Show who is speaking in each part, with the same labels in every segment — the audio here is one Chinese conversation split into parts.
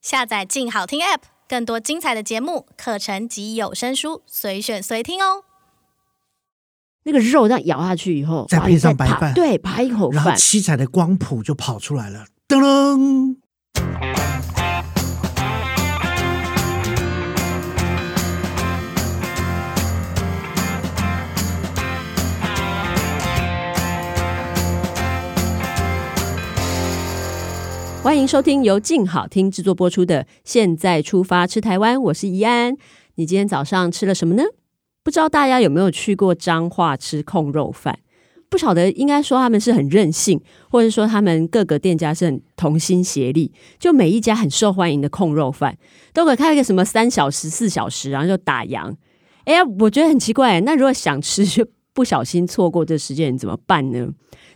Speaker 1: 下载“静好听 ”App，更多精彩的节目、课程及有声书，随选随听哦。
Speaker 2: 那个肉这样咬下去以后，
Speaker 3: 再
Speaker 2: 哇
Speaker 3: 配
Speaker 2: 你
Speaker 3: 上白
Speaker 2: 扒
Speaker 3: 饭
Speaker 2: 对，扒一口
Speaker 3: 然后
Speaker 2: 饭，
Speaker 3: 七彩的光谱就跑出来了，噔噔。
Speaker 2: 欢迎收听由静好听制作播出的《现在出发吃台湾》，我是怡安。你今天早上吃了什么呢？不知道大家有没有去过彰化吃控肉饭？不晓得应该说他们是很任性，或者说他们各个店家是很同心协力，就每一家很受欢迎的控肉饭都可以开一个什么三小时、四小时，然后就打烊。哎呀，我觉得很奇怪，那如果想吃却不小心错过这时间，你怎么办呢？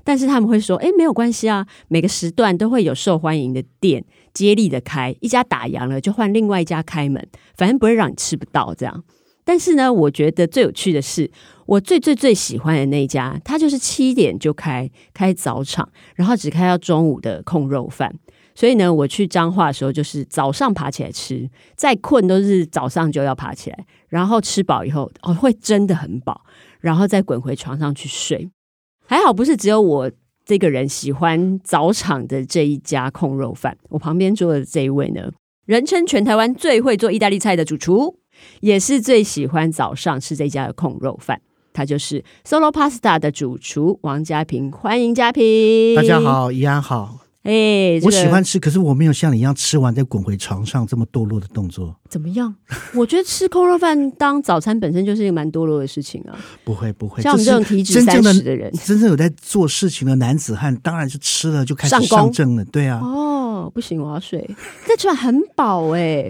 Speaker 2: 但是他们会说，哎，没有关系啊，每个时段都会有受欢迎的店接力的开，一家打烊了就换另外一家开门，反正不会让你吃不到这样。但是呢，我觉得最有趣的是，我最最最喜欢的那一家，它就是七点就开，开早场，然后只开到中午的控肉饭。所以呢，我去彰化的时候，就是早上爬起来吃，再困都是早上就要爬起来，然后吃饱以后，哦，会真的很饱，然后再滚回床上去睡。还好不是只有我这个人喜欢早场的这一家控肉饭，我旁边桌的这一位呢，人称全台湾最会做意大利菜的主厨，也是最喜欢早上吃这家的控肉饭。他就是 Solo Pasta 的主厨王家平，欢迎家平。
Speaker 3: 大家，好，怡安好。
Speaker 2: 哎、
Speaker 3: 我喜
Speaker 2: 这个
Speaker 3: 欢吃，可是我没有像你一样吃完再滚回床上这么堕落的动作。
Speaker 2: 怎么样？ 我觉得吃空肉饭当早餐本身就是一个蛮多落的事情啊。
Speaker 3: 不会不会，
Speaker 2: 像我们这种
Speaker 3: 哎是
Speaker 2: 体脂
Speaker 3: 真正
Speaker 2: 30的人
Speaker 3: 真正有在做事情的男子汉，当然就吃了就开
Speaker 2: 上
Speaker 3: 始
Speaker 2: 工
Speaker 3: 上阵了。对啊，
Speaker 2: 哦，不行，我要睡。这吃完很饱哎、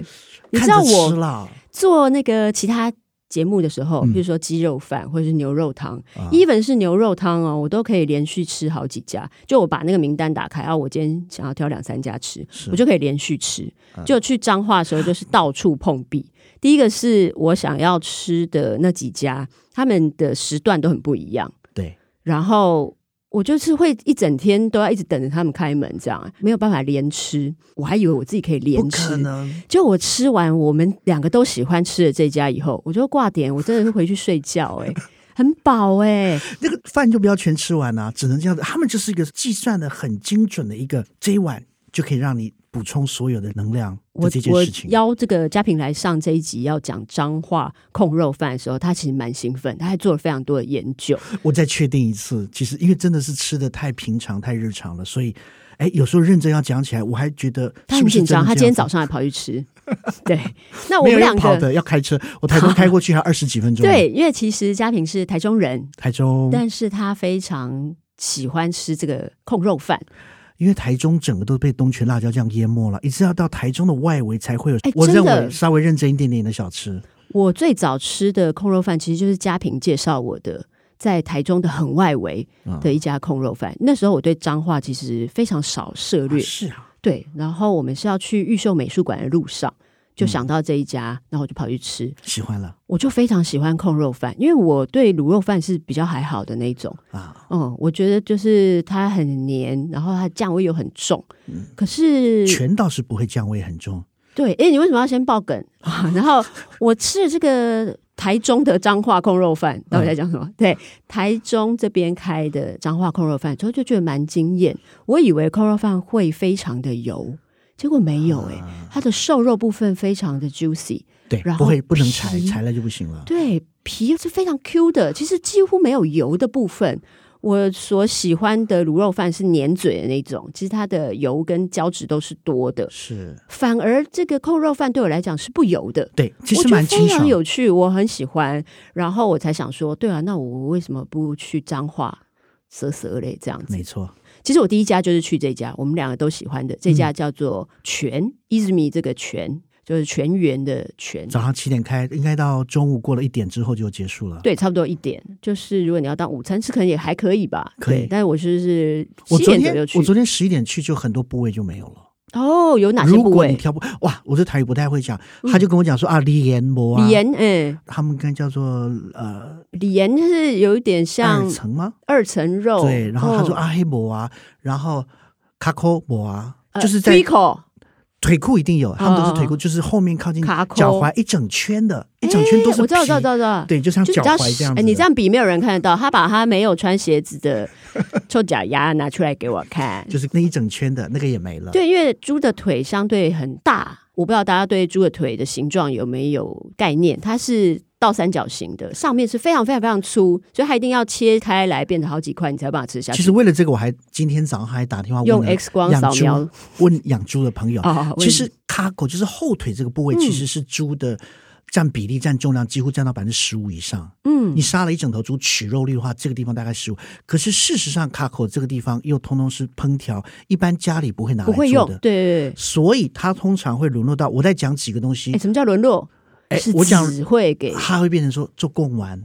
Speaker 2: 你知
Speaker 3: 看
Speaker 2: 道
Speaker 3: 着吃
Speaker 2: 我
Speaker 3: 啦，
Speaker 2: 做那个其他节目的时候，
Speaker 3: 嗯
Speaker 2: 比如说鸡肉饭或者是牛肉汤、
Speaker 3: 啊
Speaker 2: e v e n 是牛肉汤哦，我都可以连续吃好几家。就我把那个名单打开，啊，我今天想要挑两三家吃，
Speaker 3: 是啊
Speaker 2: 我就可以连续吃。就去彰化的时候，就是到处碰壁。第一个是我想要吃的那几家，他们的时段都很不一样。
Speaker 3: 对，
Speaker 2: 然后我就是会一整天都要一直等着他们开门，这样没有办法连吃。我还以为我自己可以
Speaker 3: 不
Speaker 2: 连
Speaker 3: 可
Speaker 2: 吃，
Speaker 3: 能。
Speaker 2: 就我吃完我们两个都喜欢吃的这家以后，我就挂点，我真的是回去睡觉哎、 很饱哎、
Speaker 3: 那个饭就不要全吃完啊，只能这样子。他们就是一个计算的很精准的一个，这一碗就可以让你补充所有的能量
Speaker 2: 我
Speaker 3: 的这件
Speaker 2: 我
Speaker 3: 事情。啊
Speaker 2: 邀这个嘉平来上这一集要讲彰化控肉饭的时候，他其实蛮兴奋，他还做了非常多的研 究。
Speaker 3: 我再确定一次，其实因为真的是吃的太平常、太日常了，所以，哎，有时候认真要讲起来，我还觉得
Speaker 2: 他很
Speaker 3: 是不是
Speaker 2: 紧张，
Speaker 3: 真的这样子
Speaker 2: 他今天早上还跑去吃。 对，那我们
Speaker 3: 没有
Speaker 2: 两
Speaker 3: 要跑
Speaker 2: 个
Speaker 3: 的，要开车，我台中开过去还二十几分 钟。，
Speaker 2: 对，因为其实嘉平是台中人，
Speaker 3: 台中，
Speaker 2: 但是他非常喜欢吃这个控肉饭。
Speaker 3: 因为台中整个都被东泉辣椒酱淹没了，一直要到台中的外围才会有
Speaker 2: 哎。
Speaker 3: 我
Speaker 2: 真
Speaker 3: 认
Speaker 2: 的
Speaker 3: 为稍微认真一点点的小吃，
Speaker 2: 我最早吃的控肉饭其实就是嘉平介绍我的，在台中的很外围
Speaker 3: 嗯
Speaker 2: 的一家控肉饭。那时候我对彰化其实非常少涉
Speaker 3: 啊
Speaker 2: 略，
Speaker 3: 是啊，
Speaker 2: 对。然后我们是要去玉秀美术馆的路上，
Speaker 3: 嗯
Speaker 2: 就想到这一家，然后我就跑去吃。
Speaker 3: 喜欢了
Speaker 2: 我就非常喜欢控肉饭，因为我对卤肉饭是比较还好的那一种。
Speaker 3: 啊，
Speaker 2: 嗯，我觉得就是它很黏，然后它酱味又很重。可是
Speaker 3: 嗯全倒是不会酱味很重。
Speaker 2: 对，哎、你为什么要先爆梗？啊然后我吃了这个台中的彰化控肉饭，到底在讲什么？对，台中这边开的彰化控肉饭之后，就觉得蛮惊艳。我以为控肉饭会非常的油，结果没有、诶，哎、它的瘦肉部分非常的 juicy，
Speaker 3: 对
Speaker 2: 然，后
Speaker 3: 不会不能柴，
Speaker 2: 皮
Speaker 3: 柴了就不行了。
Speaker 2: 对，皮是非常 Q 的，其实几乎没有油的部分。我所喜欢的卤肉饭是粘嘴的那种，其实它的油跟胶质都是多的，
Speaker 3: 是，
Speaker 2: 反而这个扣肉饭对我来讲是不油的。
Speaker 3: 对，其
Speaker 2: 我
Speaker 3: 实
Speaker 2: 觉得
Speaker 3: 蛮
Speaker 2: 非
Speaker 3: 清
Speaker 2: 常
Speaker 3: 爽。
Speaker 2: 有趣，我很喜欢。然后我才想说，对啊，那我为什么不去彰化、蛇蛇嘞这样子
Speaker 3: 没？错，
Speaker 2: 其实我第一家就是去这家，我们两个都喜欢的，这
Speaker 3: 嗯
Speaker 2: 家叫做全伊즈米，这个全就是全员的全，
Speaker 3: 早上七点开，应该到中午过了一点之后就结束了。
Speaker 2: 对，差不多一点。就是如果你要当午餐吃，可能也还可以吧。
Speaker 3: 可以
Speaker 2: 对但是我就是
Speaker 3: 我
Speaker 2: 七
Speaker 3: 昨
Speaker 2: 点左
Speaker 3: 天
Speaker 2: 右去
Speaker 3: 我。昨天十一点去，就很多部位就没有了。
Speaker 2: 哦，有哪些
Speaker 3: 如
Speaker 2: 部
Speaker 3: 果你
Speaker 2: 位？嗯
Speaker 3: 挑不哇，我这台语不太会讲，他就跟我讲说啊，李延博啊
Speaker 2: 李，岩，嗯，
Speaker 3: 他们应该叫做呃
Speaker 2: 李岩是有一点像
Speaker 3: 二层吗？
Speaker 2: 二层肉。
Speaker 3: 啊对，然后他说
Speaker 2: 嗯
Speaker 3: 阿黑博啊，然后卡扣博啊，
Speaker 2: 呃
Speaker 3: 就是在
Speaker 2: Pico
Speaker 3: 腿裤一定有，他们都是腿裤，
Speaker 2: 哦
Speaker 3: 就是后面靠近
Speaker 2: 卡扣哎
Speaker 3: 脚踝一整圈的，一整圈都是
Speaker 2: 我知道，
Speaker 3: 皮
Speaker 2: 我知道，我知道，我知道。
Speaker 3: 对，就像
Speaker 2: 就
Speaker 3: 脚
Speaker 2: 比较
Speaker 3: 踝这样子
Speaker 2: 哎
Speaker 3: 的。
Speaker 2: 你这样比没有人看得到。他把他没有穿鞋子的 臭脚丫拿出来给我看。
Speaker 3: 就是那一整圈的那个也没了。
Speaker 2: 对，因为猪的腿相对很大，我不知道大家对猪的腿的形状有没有概念？它是倒三角形的，上面是非常非常非常粗，所以它一定要切开来变成好几块，你才有办法吃下
Speaker 3: 其
Speaker 2: 去。
Speaker 3: 实为了这个，我还今天早上还打电话问
Speaker 2: 用
Speaker 3: 了
Speaker 2: X 光
Speaker 3: 养
Speaker 2: 扫
Speaker 3: 猪
Speaker 2: 描
Speaker 3: 问养猪的朋友，
Speaker 2: 哦
Speaker 3: 啊其实卡口就是后腿这个部位，其
Speaker 2: 嗯
Speaker 3: 实是猪的占比例、占重量几乎占到百分之十五以上。
Speaker 2: 嗯
Speaker 3: 你杀了一整头猪，取肉率的话，这个地方大概十五。可是事实上，卡口这个地方又通通是烹调，一般家里不会拿来
Speaker 2: 不会
Speaker 3: 做
Speaker 2: 用
Speaker 3: 的，嗯
Speaker 2: 对对
Speaker 3: 所以它通常会沦落到我再讲几个东西
Speaker 2: 对。哎，，什么叫沦落？
Speaker 3: 哎
Speaker 2: 是
Speaker 3: 我讲
Speaker 2: 只会给
Speaker 3: 它会变成说做贡丸、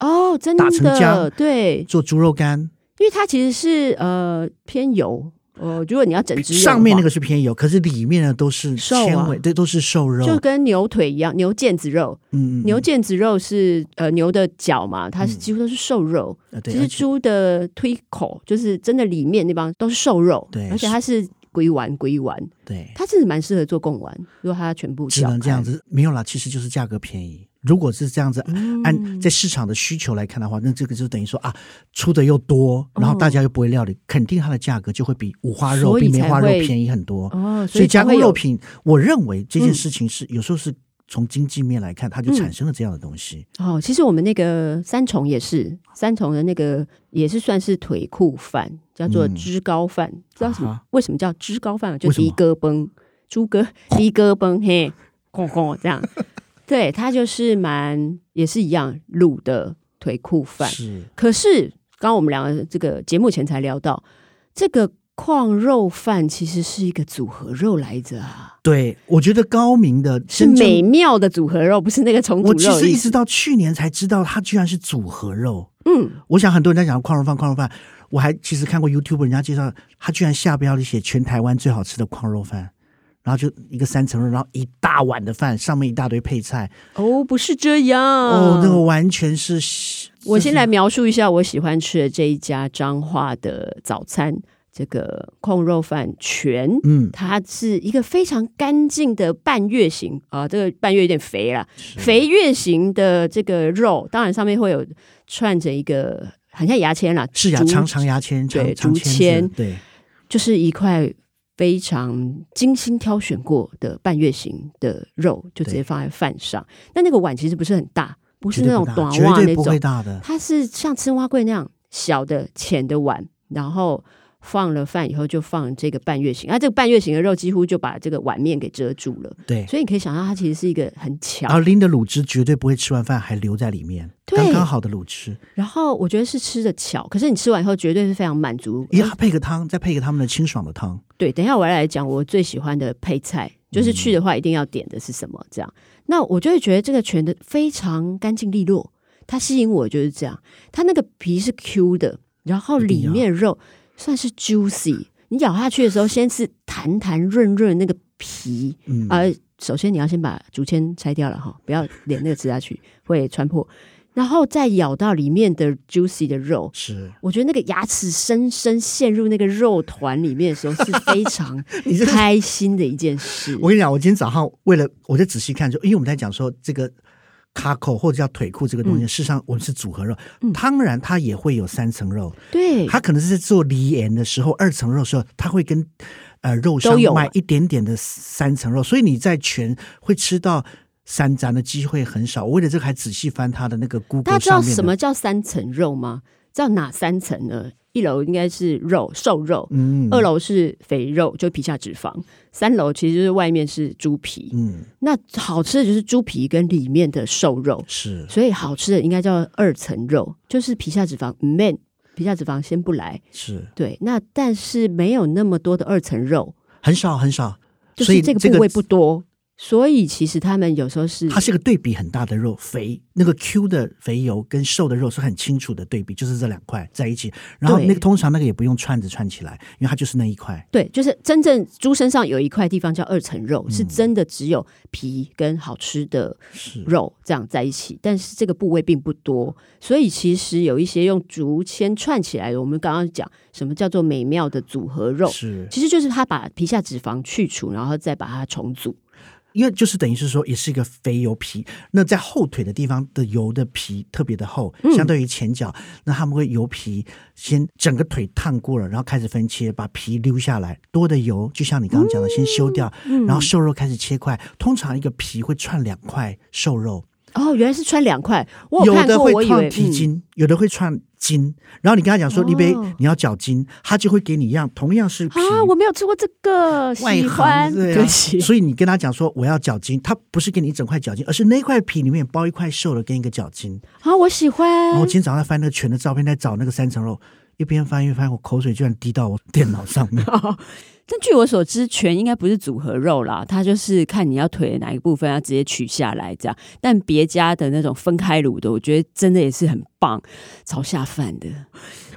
Speaker 2: 哦，真
Speaker 3: 打成
Speaker 2: 的
Speaker 3: 浆
Speaker 2: 对，
Speaker 3: 做猪肉干，
Speaker 2: 因为它其实是呃偏油，呃，如果你要整只用的话
Speaker 3: 上面那个是偏油，可是里面呢都是
Speaker 2: 瘦啊
Speaker 3: 纤维，对，都是瘦肉。嗯
Speaker 2: 就跟牛腿一样，牛腱子肉，
Speaker 3: 嗯，嗯
Speaker 2: 牛腱子肉是呃牛的脚嘛，它是几乎都是瘦肉，
Speaker 3: 嗯呃对
Speaker 2: 其实
Speaker 3: 而且
Speaker 2: 猪的推口就是真的里面那帮都是瘦肉，
Speaker 3: 对
Speaker 2: 而且它是龟丸龟丸，
Speaker 3: 对，
Speaker 2: 它真的蛮适合做贡丸，如果它全部
Speaker 3: 只能
Speaker 2: 搅开
Speaker 3: 这样，子，没有啦，其实就是价格便宜。如果是这样子，
Speaker 2: 嗯
Speaker 3: 按在市场的需求来看的话，那这个就等于说啊，出的又多，然后大家又不会料理，肯定它的价格就会比五花肉、
Speaker 2: 哦所以
Speaker 3: 比梅花肉
Speaker 2: 才会
Speaker 3: 便宜很多。
Speaker 2: 哦，
Speaker 3: 所以加
Speaker 2: 才会
Speaker 3: 工
Speaker 2: 有
Speaker 3: 肉品，我认为这件
Speaker 2: 嗯
Speaker 3: 事情是、有时候是从经济面来看，它就产生了这样的东西。
Speaker 2: 哦，其实我们那个三重也是，三重的那个也是算是腿裤饭，叫做
Speaker 3: 嗯
Speaker 2: 芝高饭，知道什么、
Speaker 3: 啊哈
Speaker 2: 为什么叫芝高饭吗？就
Speaker 3: 为什么
Speaker 2: 迪哥崩，猪哥迪哥崩，嘿，轰轰 这样，对，它就是蛮也是一样卤的腿裤饭。
Speaker 3: 是
Speaker 2: 可是刚刚我们两个这个节目前才聊到，这个矿肉饭其实是一个组合肉来着啊，
Speaker 3: 对，我觉得高明的
Speaker 2: 是
Speaker 3: 真正
Speaker 2: 美妙的组合肉，不是那个重组
Speaker 3: 我其
Speaker 2: 肉的
Speaker 3: 实
Speaker 2: 意
Speaker 3: 一
Speaker 2: 思。
Speaker 3: 直到去年才知道，它居然是组合肉。
Speaker 2: 嗯，
Speaker 3: 我想很多人在讲矿肉饭，矿肉饭，我还其实看过 YouTube 人家介绍，他居然下标里写全台湾最好吃的矿肉饭，然后就一个三层肉，然后一大碗的饭，上面一大堆配菜，
Speaker 2: 哦，不是这样
Speaker 3: 哦，那个完全是。
Speaker 2: 嗯我先
Speaker 3: 就是
Speaker 2: 来描述一下我喜欢吃的这一家彰化的早餐，这个控肉饭全。
Speaker 3: 嗯，
Speaker 2: 它是一个非常干净的半月形啊，这个半月有点肥啦，肥月形的这个肉，当然上面会有串着一个很像牙签啦，
Speaker 3: 是呀，
Speaker 2: 竹
Speaker 3: 长长牙签，
Speaker 2: 对
Speaker 3: 长长
Speaker 2: 竹
Speaker 3: 签
Speaker 2: 签
Speaker 3: 子，对，
Speaker 2: 就是一块非常精心挑选过的半月形的肉，就直接
Speaker 3: 对
Speaker 2: 放在饭上。但那个碗其实不是很大，不是
Speaker 3: 绝
Speaker 2: 那种
Speaker 3: 对不大，
Speaker 2: 短
Speaker 3: 绝
Speaker 2: 袜
Speaker 3: 对
Speaker 2: 那
Speaker 3: 不
Speaker 2: 种
Speaker 3: 会，大的，
Speaker 2: 它是像青蛙柜那样小的浅的碗，然后放了饭以后就放这个半月形，那这个半月形的肉几乎就把这个碗面给遮住了，
Speaker 3: 对。
Speaker 2: 所以你可以想象它其实是一个很巧
Speaker 3: 然后。拎的卤汁绝对不会吃完饭还留在里面，
Speaker 2: 对
Speaker 3: 刚刚好的卤汁，
Speaker 2: 然后我觉得是吃的巧，可是你吃完以后绝对是非常满足。
Speaker 3: 一配个汤，再配个他们的清爽的汤，
Speaker 2: 对，等一下我要来讲我最喜欢的配菜，就是去的话一定要点的是什么这样。那我就会觉得这个全的非常干净利落，它吸引我就是这样。它那个皮是 Q 的，然后
Speaker 3: 一定
Speaker 2: 里
Speaker 3: 要
Speaker 2: 面肉算是 juicy，你咬下去的时候先是弹弹润润那个皮，
Speaker 3: 嗯，
Speaker 2: 呃，首先你要先把竹签拆掉了哈，不要连那个吃下去会穿破，然后再咬到里面的 juicy 的肉，
Speaker 3: 是
Speaker 2: 我觉得那个牙齿深深陷入那个肉团里面的时候是非常
Speaker 3: 你这个
Speaker 2: 开心的一件事。
Speaker 3: 我跟你讲，我今天早上为了我就仔细看，就因为我们在讲说这个卡口或者叫腿裤这个东西，
Speaker 2: 嗯
Speaker 3: 事实上我们是组合肉，当然它也会有三层肉，
Speaker 2: 对，
Speaker 3: 它可能是在做梨盐的时候，二层肉的时候，它会跟呃肉
Speaker 2: 都
Speaker 3: 上
Speaker 2: 有
Speaker 3: 买一点点的三层肉，所以你在全会吃到三斩的机会很少。我为了这个还仔细翻它的那个 Google
Speaker 2: 大家知道
Speaker 3: 上面的
Speaker 2: 什么叫三层肉吗？知道哪三层呢？一楼应该是肉瘦肉，
Speaker 3: 嗯
Speaker 2: 二楼是肥肉，就皮下脂肪，三楼其实就是外面是猪皮。
Speaker 3: 嗯
Speaker 2: 那好吃的就是猪皮跟里面的瘦肉，
Speaker 3: 是
Speaker 2: 所以好吃的应该叫二层肉，就是皮下脂肪。Man，皮下脂肪先不来。
Speaker 3: 是
Speaker 2: 对，那但是没有那么多的二层肉，
Speaker 3: 很少很少，
Speaker 2: 就
Speaker 3: 所以
Speaker 2: 是这个
Speaker 3: 这
Speaker 2: 部
Speaker 3: 个
Speaker 2: 位不多，所以其实他们有时候是
Speaker 3: 它是个对比很大的肉，肥那个 Q 的肥油跟瘦的肉是很清楚的对比，就是这两块在一起。然后
Speaker 2: 对
Speaker 3: 那个通常那个也不用串着串起来，因为它就是那一块。
Speaker 2: 对，就是真正猪身上有一块地方叫二层肉，
Speaker 3: 嗯
Speaker 2: 是真的只有皮跟好吃的肉这样在一起，但是这个部位并不多，所以其实有一些用竹签串起来的，我们刚刚讲什么叫做美妙的组合肉，
Speaker 3: 是
Speaker 2: 其实就是它把皮下脂肪去除，然后再把它重组。
Speaker 3: 因为就是等于是说，也是一个肥油皮。那在后腿的地方的油的皮特别的厚，
Speaker 2: 嗯
Speaker 3: 相对于前脚，那他们会油皮先整个腿烫过了，然后开始分切，把皮溜下来，多的油就像你刚刚讲的，
Speaker 2: 嗯
Speaker 3: 先修掉，然后瘦肉开始切块。通常一个皮会串两块瘦肉，
Speaker 2: 哦，原来是穿两块，我有
Speaker 3: 有
Speaker 2: 看
Speaker 3: 的
Speaker 2: 过，我
Speaker 3: 会
Speaker 2: 以为
Speaker 3: 穿皮、
Speaker 2: 嗯
Speaker 3: 筋，有的会穿筋。然后你跟他讲说，
Speaker 2: 哦
Speaker 3: 你别你要脚筋，他就会给你一样，同样是皮。
Speaker 2: 啊，我没有吃过这个，
Speaker 3: 外
Speaker 2: 喜欢，
Speaker 3: 行对
Speaker 2: 对
Speaker 3: 啊
Speaker 2: 不起，
Speaker 3: 所以你跟他讲说我要脚筋，他不是给你一整块脚筋，而是那块皮里面包一块瘦的跟一个脚筋。
Speaker 2: 啊，我喜欢
Speaker 3: 然后，我今天早上在翻那个全的照片，在找那个三层肉，一边翻一边翻，我口水居然滴到我电脑上面。
Speaker 2: 哦但据我所知，全应该不是组合肉啦，它就是看你要腿的哪一个部分要直接取下来这样。但别家的那种分开卤的，我觉得真的也是很棒，炒下饭的。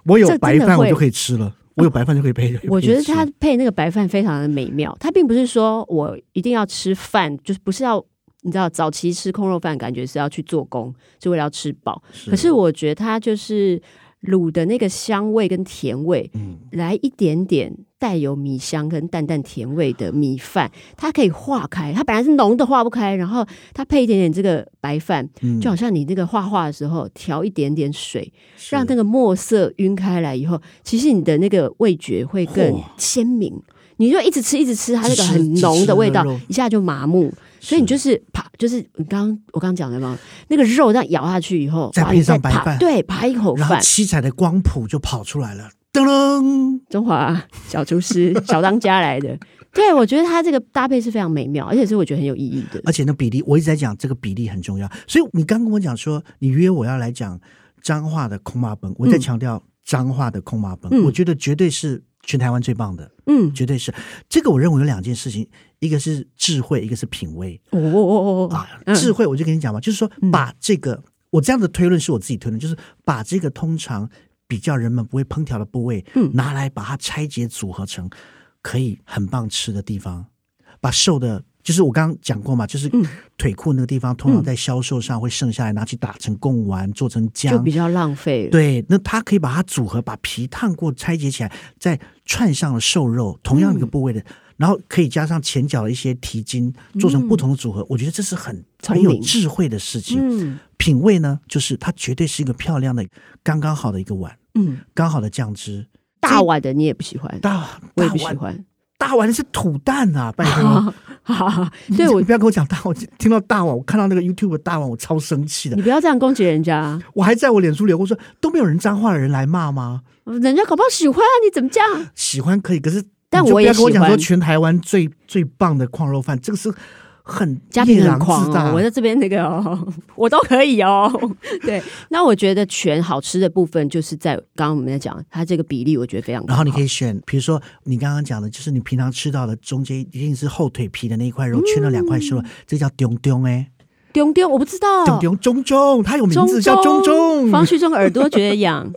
Speaker 3: 我有
Speaker 2: 这真的
Speaker 3: 白饭，我
Speaker 2: 会
Speaker 3: 就可以吃了。我有白饭就可以配。
Speaker 2: 我觉
Speaker 3: 可
Speaker 2: 得
Speaker 3: 以吃
Speaker 2: 它配那个白饭非常的美妙，它并不是说我一定要吃饭，就是不是要你知道早期吃空肉饭，感觉是要去做工，是为了要吃饱。可是我觉得它就是卤的那个香味跟甜味，
Speaker 3: 嗯
Speaker 2: 来一点点带有米香跟淡淡甜味的米饭，它可以化开，它本来是浓的化不开，然后它配一点点这个白饭，
Speaker 3: 嗯
Speaker 2: 就好像你那个画画的时候调一点点水，
Speaker 3: 是
Speaker 2: 让那个墨色晕开来以后，其实你的那个味觉会更
Speaker 3: 嚯
Speaker 2: 鲜明。你就一直吃，一直吃，它那
Speaker 3: 只
Speaker 2: 个
Speaker 3: 吃
Speaker 2: 很
Speaker 3: 只
Speaker 2: 浓
Speaker 3: 吃
Speaker 2: 的
Speaker 3: 那
Speaker 2: 味
Speaker 3: 个
Speaker 2: 道
Speaker 3: 肉，
Speaker 2: 一下就麻木。所以你就是啪，就是你刚刚我刚刚讲的嘛，那个肉这样咬下去以后，
Speaker 3: 再
Speaker 2: 哇
Speaker 3: 配
Speaker 2: 你
Speaker 3: 上白
Speaker 2: 扒
Speaker 3: 饭
Speaker 2: 对，扒一口
Speaker 3: 然后
Speaker 2: 饭。
Speaker 3: 七彩的光谱就跑出来了，噔噔。
Speaker 2: 中华小厨师、小当家来 的，对我觉得它这个搭配是非常美妙，而且是我觉得很有意义的。
Speaker 3: 而且那比例，我一直在讲这个比例很重要。所以你刚跟我讲说，你约我要来讲彰化的空麻本，我在强调彰化的空麻本，
Speaker 2: 嗯
Speaker 3: 我觉得绝对是全台湾最棒的，
Speaker 2: 嗯，
Speaker 3: 绝对是。这个我认为有两件事情，一个是智慧，一个是品味。
Speaker 2: 哦哦哦哦哦，
Speaker 3: 啊智慧，我就跟你讲嘛，就是说把这个、我这样的推论是我自己推论，就是把这个通常比较人们不会烹调的部位，
Speaker 2: 嗯
Speaker 3: 拿来把它拆解组合成可以很棒吃的地方，把瘦的。就是我刚刚讲过嘛，就是腿裤那个地方，通常在销售上会剩下来，拿去打成贡丸，做成
Speaker 2: 嗯就
Speaker 3: 浆
Speaker 2: 比。较浪费了。嗯
Speaker 3: 对，那它可以把它组合，把皮烫过拆解起来，再串上了瘦肉，同样一个
Speaker 2: 嗯
Speaker 3: 部位的，然后可以加上前脚的一些蹄筋，做成不同的组合。我觉得这是很
Speaker 2: 嗯聪
Speaker 3: 很有
Speaker 2: 明
Speaker 3: 智慧的事情。
Speaker 2: 嗯
Speaker 3: 品味呢，就是它绝对是一个漂亮的、刚刚好的一个碗，
Speaker 2: 嗯，
Speaker 3: 刚好的酱汁。
Speaker 2: 大碗的你也不喜欢，
Speaker 3: 大
Speaker 2: 我
Speaker 3: 大
Speaker 2: 也不喜
Speaker 3: 碗
Speaker 2: 欢。
Speaker 3: 大碗是土蛋啊，拜 托！
Speaker 2: 哈哈，对
Speaker 3: 你
Speaker 2: 我，
Speaker 3: 不要跟我讲大碗，听到大碗，我看到那个 YouTube 的大碗，我超生气的
Speaker 2: 你。不要这样攻击人 家，
Speaker 3: 我还在我脸书留过说，都没有人脏话的人来骂吗？
Speaker 2: 人家搞不好喜欢啊，你怎么这样？
Speaker 3: 喜欢可以，可是
Speaker 2: 但
Speaker 3: 你就
Speaker 2: 我
Speaker 3: 不
Speaker 2: 也
Speaker 3: 要跟我
Speaker 2: 喜
Speaker 3: 讲说
Speaker 2: 欢
Speaker 3: 全台湾最最棒的矿肉饭，这个是很
Speaker 2: 嘉
Speaker 3: 夜
Speaker 2: 宾
Speaker 3: 郎
Speaker 2: 很狂
Speaker 3: 自大。
Speaker 2: 哦，我在这边那个哦， 我都可以 哦。对，那我觉得全好吃的部分就是在刚刚我们在讲它这个比例，我觉得非常
Speaker 3: 然后你
Speaker 2: 以
Speaker 3: 可以选，比如说你刚刚讲的，就是你平常吃到的中间一定是后腿皮的那一块肉，圈了两块
Speaker 2: 嗯
Speaker 3: 瘦肉，这叫丢丢哎，
Speaker 2: 丢丢，我不知道
Speaker 3: 丢丢中中，它有名字叫中
Speaker 2: 方
Speaker 3: 中，
Speaker 2: 旭哦中耳朵觉得 痒。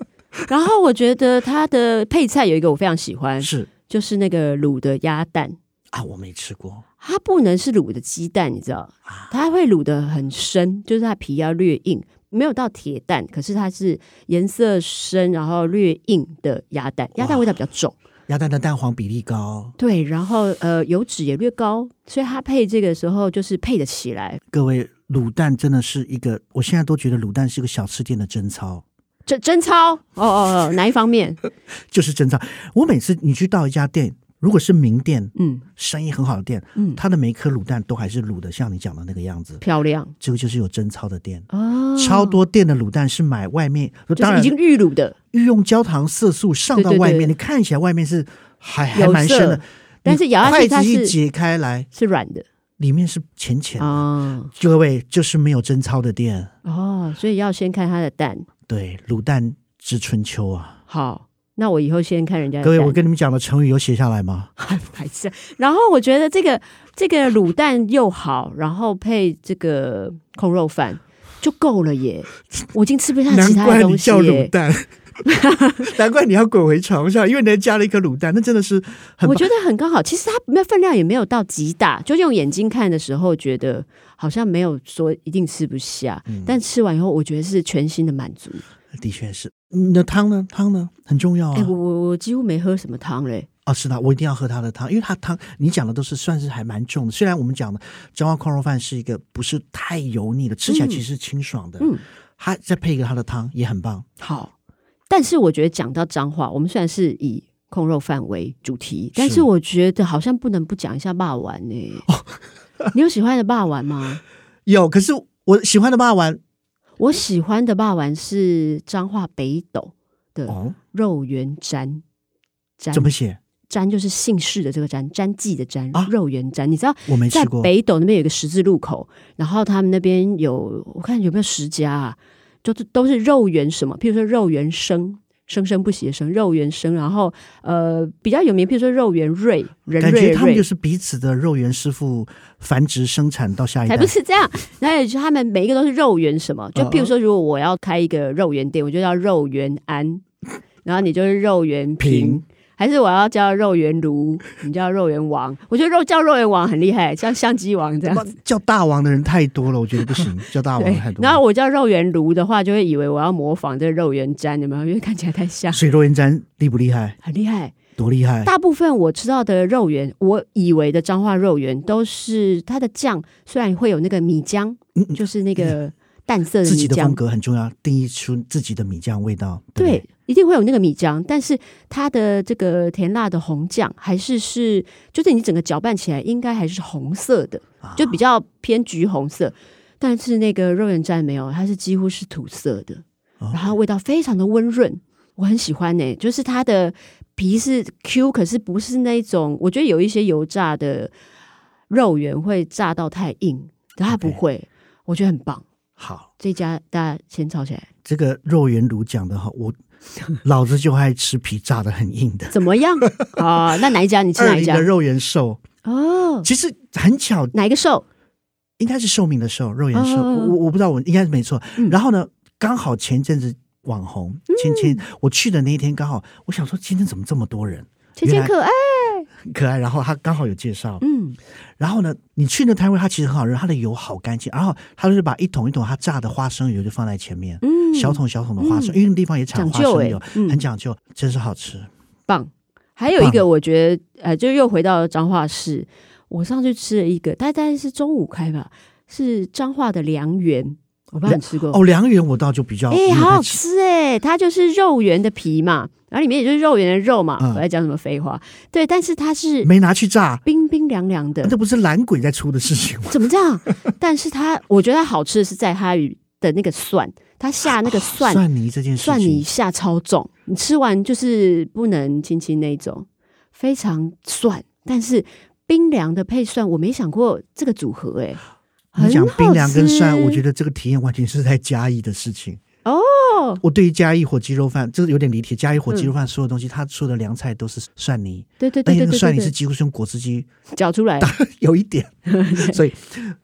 Speaker 2: 然后我觉得它的配菜有一个我非常喜欢，
Speaker 3: 是
Speaker 2: 就是那个卤的鸭蛋，
Speaker 3: 啊，我没吃过，
Speaker 2: 它不能是卤的鸡蛋，你知道，它会卤的很深，就是它皮要略硬，没有到铁蛋，可是它是颜色深，然后略硬的鸭蛋，鸭蛋味道比较重，
Speaker 3: 鸭蛋的蛋黄比例高，
Speaker 2: 对，然后呃油脂也略高，所以它配这个时候就是配得起来，
Speaker 3: 各位。卤蛋真的是一个，我现在都觉得卤蛋是个小吃店的贞操，
Speaker 2: 真真超哦哦哦，哪一方面？
Speaker 3: 就是贞操。我每次你去到一家店，如果是名店，
Speaker 2: 嗯，
Speaker 3: 生意很好的店，
Speaker 2: 嗯
Speaker 3: 它的每一颗卤蛋都还是卤的像你讲的那个样子，
Speaker 2: 漂亮
Speaker 3: 这个就是有贞操的店。
Speaker 2: 哦，
Speaker 3: 超多店的卤蛋是买外面，
Speaker 2: 就
Speaker 3: 当
Speaker 2: 是
Speaker 3: 然
Speaker 2: 已经预卤的，
Speaker 3: 御用焦糖色素上到
Speaker 2: 对对
Speaker 3: 外面，
Speaker 2: 对
Speaker 3: 你看起来外面是还还
Speaker 2: 有
Speaker 3: 蛮
Speaker 2: 色
Speaker 3: 深的，
Speaker 2: 但是咬下去
Speaker 3: 你
Speaker 2: 它
Speaker 3: 筷子
Speaker 2: 是
Speaker 3: 一解开来，
Speaker 2: 是软的
Speaker 3: 里面是浅浅的。
Speaker 2: 哦
Speaker 3: 各位，就是没有贞操的店，
Speaker 2: 哦，所以要先看它的蛋。
Speaker 3: 对，卤蛋之春秋啊，
Speaker 2: 好，那我以后先看人家的
Speaker 3: 各位，
Speaker 2: 蛋
Speaker 3: 我跟你们讲的成语有写下来吗？
Speaker 2: 白痴啊。然后我觉得这个这个卤蛋又好，然后配这个空肉饭就够了 耶。我已经吃不下
Speaker 3: 难
Speaker 2: 其他的
Speaker 3: 怪
Speaker 2: 东
Speaker 3: 你
Speaker 2: 西
Speaker 3: 叫卤
Speaker 2: 耶。
Speaker 3: 蛋， 难怪你要滚回床上，因为人加了一颗卤蛋，那真的是很
Speaker 2: 我
Speaker 3: 棒。
Speaker 2: 觉得很刚好，其实它没有分量也没有到极大，就用眼睛看的时候觉得好像没有说一定吃不下，
Speaker 3: 嗯
Speaker 2: 但吃完以后我觉得是全新的满足。
Speaker 3: 的确是。你的汤呢？汤呢？很重要啊！
Speaker 2: 哎、我我我几乎没喝什么汤嘞，
Speaker 3: 哦，是的，我一定要喝他的汤，因为他汤你讲的都是算是还蛮重的。虽然我们讲的彰化矿肉饭是一个不是太油腻的，吃起来其实是清爽的。
Speaker 2: 嗯，
Speaker 3: 他再配一个他的汤也很棒。
Speaker 2: 好，但是我觉得讲到脏话，我们虽然是以控肉饭为主题，但
Speaker 3: 是
Speaker 2: 是我觉得好像不能不讲一下霸丸呢、 你有喜欢的霸丸吗？
Speaker 3: 有，可是我喜欢的霸丸
Speaker 2: 我喜欢的霸丸是彰化北斗的
Speaker 3: 哦，
Speaker 2: 肉圆粘，粘
Speaker 3: 怎么写？
Speaker 2: 詹就是姓氏的这个詹，詹记的詹，
Speaker 3: 啊
Speaker 2: 肉圆詹。你知道
Speaker 3: 我没
Speaker 2: 在
Speaker 3: 吃过。
Speaker 2: 北斗那边有一个十字路口，然后他们那边有，我看有没有十家啊，就是都是肉圆什么，譬如说肉圆生。生生不息的生，肉圆生，然后呃比较有名，譬如说肉圆瑞，人
Speaker 3: 感
Speaker 2: 瑞
Speaker 3: 觉
Speaker 2: 的
Speaker 3: 他们
Speaker 2: 瑞
Speaker 3: 就，是彼此的肉圆师傅繁殖生产到下一代
Speaker 2: 才不，是这样。然后也就他们每一个都是肉圆什么，
Speaker 3: 嗯
Speaker 2: 就譬如说，如果我要开一个肉圆店，我就叫肉圆安，然后你就是肉圆平
Speaker 3: 平，
Speaker 2: 还是我要叫肉圆炉，你叫肉圆王？我觉得肉叫肉圆王很厉害，像相机王这样
Speaker 3: 哇
Speaker 2: 子。
Speaker 3: 叫大王的人太多了，我觉得不行，叫大王
Speaker 2: 对
Speaker 3: 啊太，多了。
Speaker 2: 然后我叫肉圆炉的话，就会以为我要模仿这个肉圆粘，有没有？因为看起来太像，
Speaker 3: 水肉圆粘厉不厉害？
Speaker 2: 很厉害。
Speaker 3: 多厉害！啊
Speaker 2: 大部分我吃到的肉圆，我以为的彰化肉圆，都是它的酱虽然会有那个米浆，
Speaker 3: 嗯嗯
Speaker 2: 就是那个淡色的
Speaker 3: 自
Speaker 2: 呃米
Speaker 3: 己的
Speaker 2: 浆
Speaker 3: 风，格很重要，定义出自己的米酱味道。对不对
Speaker 2: 对，一定会有那个米浆，但是它的这个甜辣的红酱还是是，就是你整个搅拌起来应该还是红色的，就比较偏橘红色。但是那个肉圆蘸没有，它是几乎是土色的，
Speaker 3: 哦
Speaker 2: 然后味道非常的温润，我很喜欢呢、欸就是它的皮是 Q，可是不是那种，我觉得有一些油炸的肉圆会炸到太硬，但它不
Speaker 3: OK
Speaker 2: 会，我觉得很棒。
Speaker 3: 好。
Speaker 2: 这家大家先抄起来，
Speaker 3: 这个肉圆炉讲的哈， 我老子就爱吃皮炸的很硬的。
Speaker 2: 怎么 样啊、那哪一家？你 吃
Speaker 3: 二
Speaker 2: 哪一
Speaker 3: 零
Speaker 2: 家
Speaker 3: 哎的？肉圆寿，
Speaker 2: 哦，
Speaker 3: 其实很巧，
Speaker 2: 哪一个瘦？
Speaker 3: 应该是寿命的寿，肉圆
Speaker 2: 嗯
Speaker 3: 寿，
Speaker 2: 嗯嗯
Speaker 3: 我我不知道，我应该是没错。
Speaker 2: 嗯
Speaker 3: 然后呢，刚好前阵子网红芊芊，我去的那一天刚好，我想说今天怎么这么多人，
Speaker 2: 芊芊可爱，
Speaker 3: 很可爱。然后他刚好有介绍，
Speaker 2: 哎嗯，
Speaker 3: 然后呢，你去那摊位，它其实很好认，它的油好干净，然后他就是把一桶一桶他炸的花生油就放在前面，
Speaker 2: 嗯
Speaker 3: 小桶小桶的花生，因为那地方也产
Speaker 2: 讲
Speaker 3: 花
Speaker 2: 究
Speaker 3: 生
Speaker 2: 哎
Speaker 3: 油，，
Speaker 2: 嗯
Speaker 3: 很讲究，真是好吃。
Speaker 2: 棒。还有一个，
Speaker 3: 棒
Speaker 2: 我觉得，呃，就又回到彰化市，我上去吃了一个，大概是中午开吧，是彰化的良园，我不知道你吃过。
Speaker 3: 哦，良缘我倒就比较没
Speaker 2: 哎、
Speaker 3: 有
Speaker 2: 好
Speaker 3: 太
Speaker 2: 好
Speaker 3: 吃
Speaker 2: 吃哎、它就是肉圆的皮嘛，然后里面也就是肉圆的肉嘛。我
Speaker 3: 嗯
Speaker 2: 在讲什么废话？对，但是它是
Speaker 3: 没拿去炸，
Speaker 2: 冰冰凉凉的
Speaker 3: 那，不是懒鬼在出的事情吗？
Speaker 2: 怎么这样？ 但是它，我觉得它好吃的是在它的那个蒜，它下那个蒜
Speaker 3: 哦蒜泥这件事情，
Speaker 2: 蒜泥下超重，你吃完就是不能轻轻那一种，非常蒜，但是冰凉的配蒜，我没想过这个组合哎、欸。
Speaker 3: 你讲
Speaker 2: 很好
Speaker 3: 冰凉跟蒜，
Speaker 2: 吃
Speaker 3: 我觉得这个体验完全是在嘉义的事情。
Speaker 2: 哦，
Speaker 3: 我对于嘉义火鸡肉饭，这个有点离题。嘉义火鸡肉饭所有东西，它所有的凉菜都是蒜泥，
Speaker 2: 对嗯对对
Speaker 3: 而
Speaker 2: 对
Speaker 3: 且哎那个
Speaker 2: 对
Speaker 3: 蒜
Speaker 2: 对
Speaker 3: 泥是
Speaker 2: 对，
Speaker 3: 几乎是用果汁机
Speaker 2: 搅出来，
Speaker 3: 有一点，所以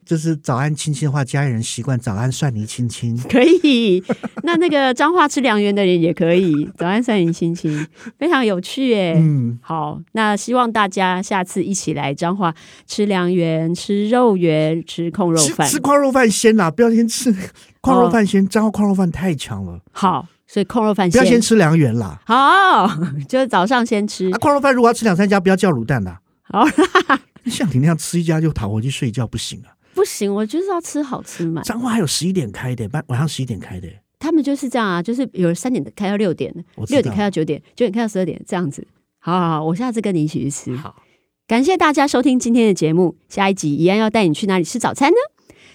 Speaker 3: 就是早安亲亲的话，嘉义人习惯早安蒜泥亲亲。
Speaker 2: 可以。那那个彰化吃良缘的人也可以，早安三人亲亲，非常有趣哎、
Speaker 3: 嗯，
Speaker 2: 好，那希望大家下次一起来彰化吃良缘、吃肉圆、吃控肉
Speaker 3: 吃
Speaker 2: 饭。哦
Speaker 3: 吃矿肉饭先啦，不要 先吃矿肉饭先，彰化矿肉饭太强了，
Speaker 2: 好，所以控肉饭
Speaker 3: 不要先吃良缘啦。
Speaker 2: 好， 就是早上先吃
Speaker 3: 啊，。矿肉饭如果要吃两三家，不要叫卤蛋啦。
Speaker 2: 嗯 好，
Speaker 3: 像你那样吃一家就躺回去睡觉不行啊！
Speaker 2: 不行，我就是要吃好吃嘛。
Speaker 3: 彰化还有十一点开的，晚晚上十一点开的，
Speaker 2: 他们就是这样啊，就是有三点开到六点，
Speaker 3: 我知道
Speaker 2: 六点开到九点，九点开到十二点，这样子。好好好，我下次跟你一起去吃。
Speaker 3: 好，
Speaker 2: 感谢大家收听今天的节目，下一集怡安要带你去哪里吃早餐呢？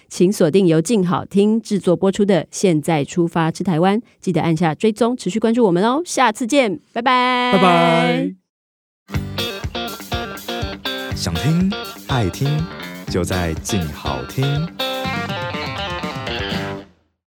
Speaker 2: 请锁定由静好听制作播出的《现在出发吃台湾》，记得按下追踪，持续关注我们哦。下次见，拜拜，
Speaker 3: 拜拜。
Speaker 4: 想听爱听，就在静好听。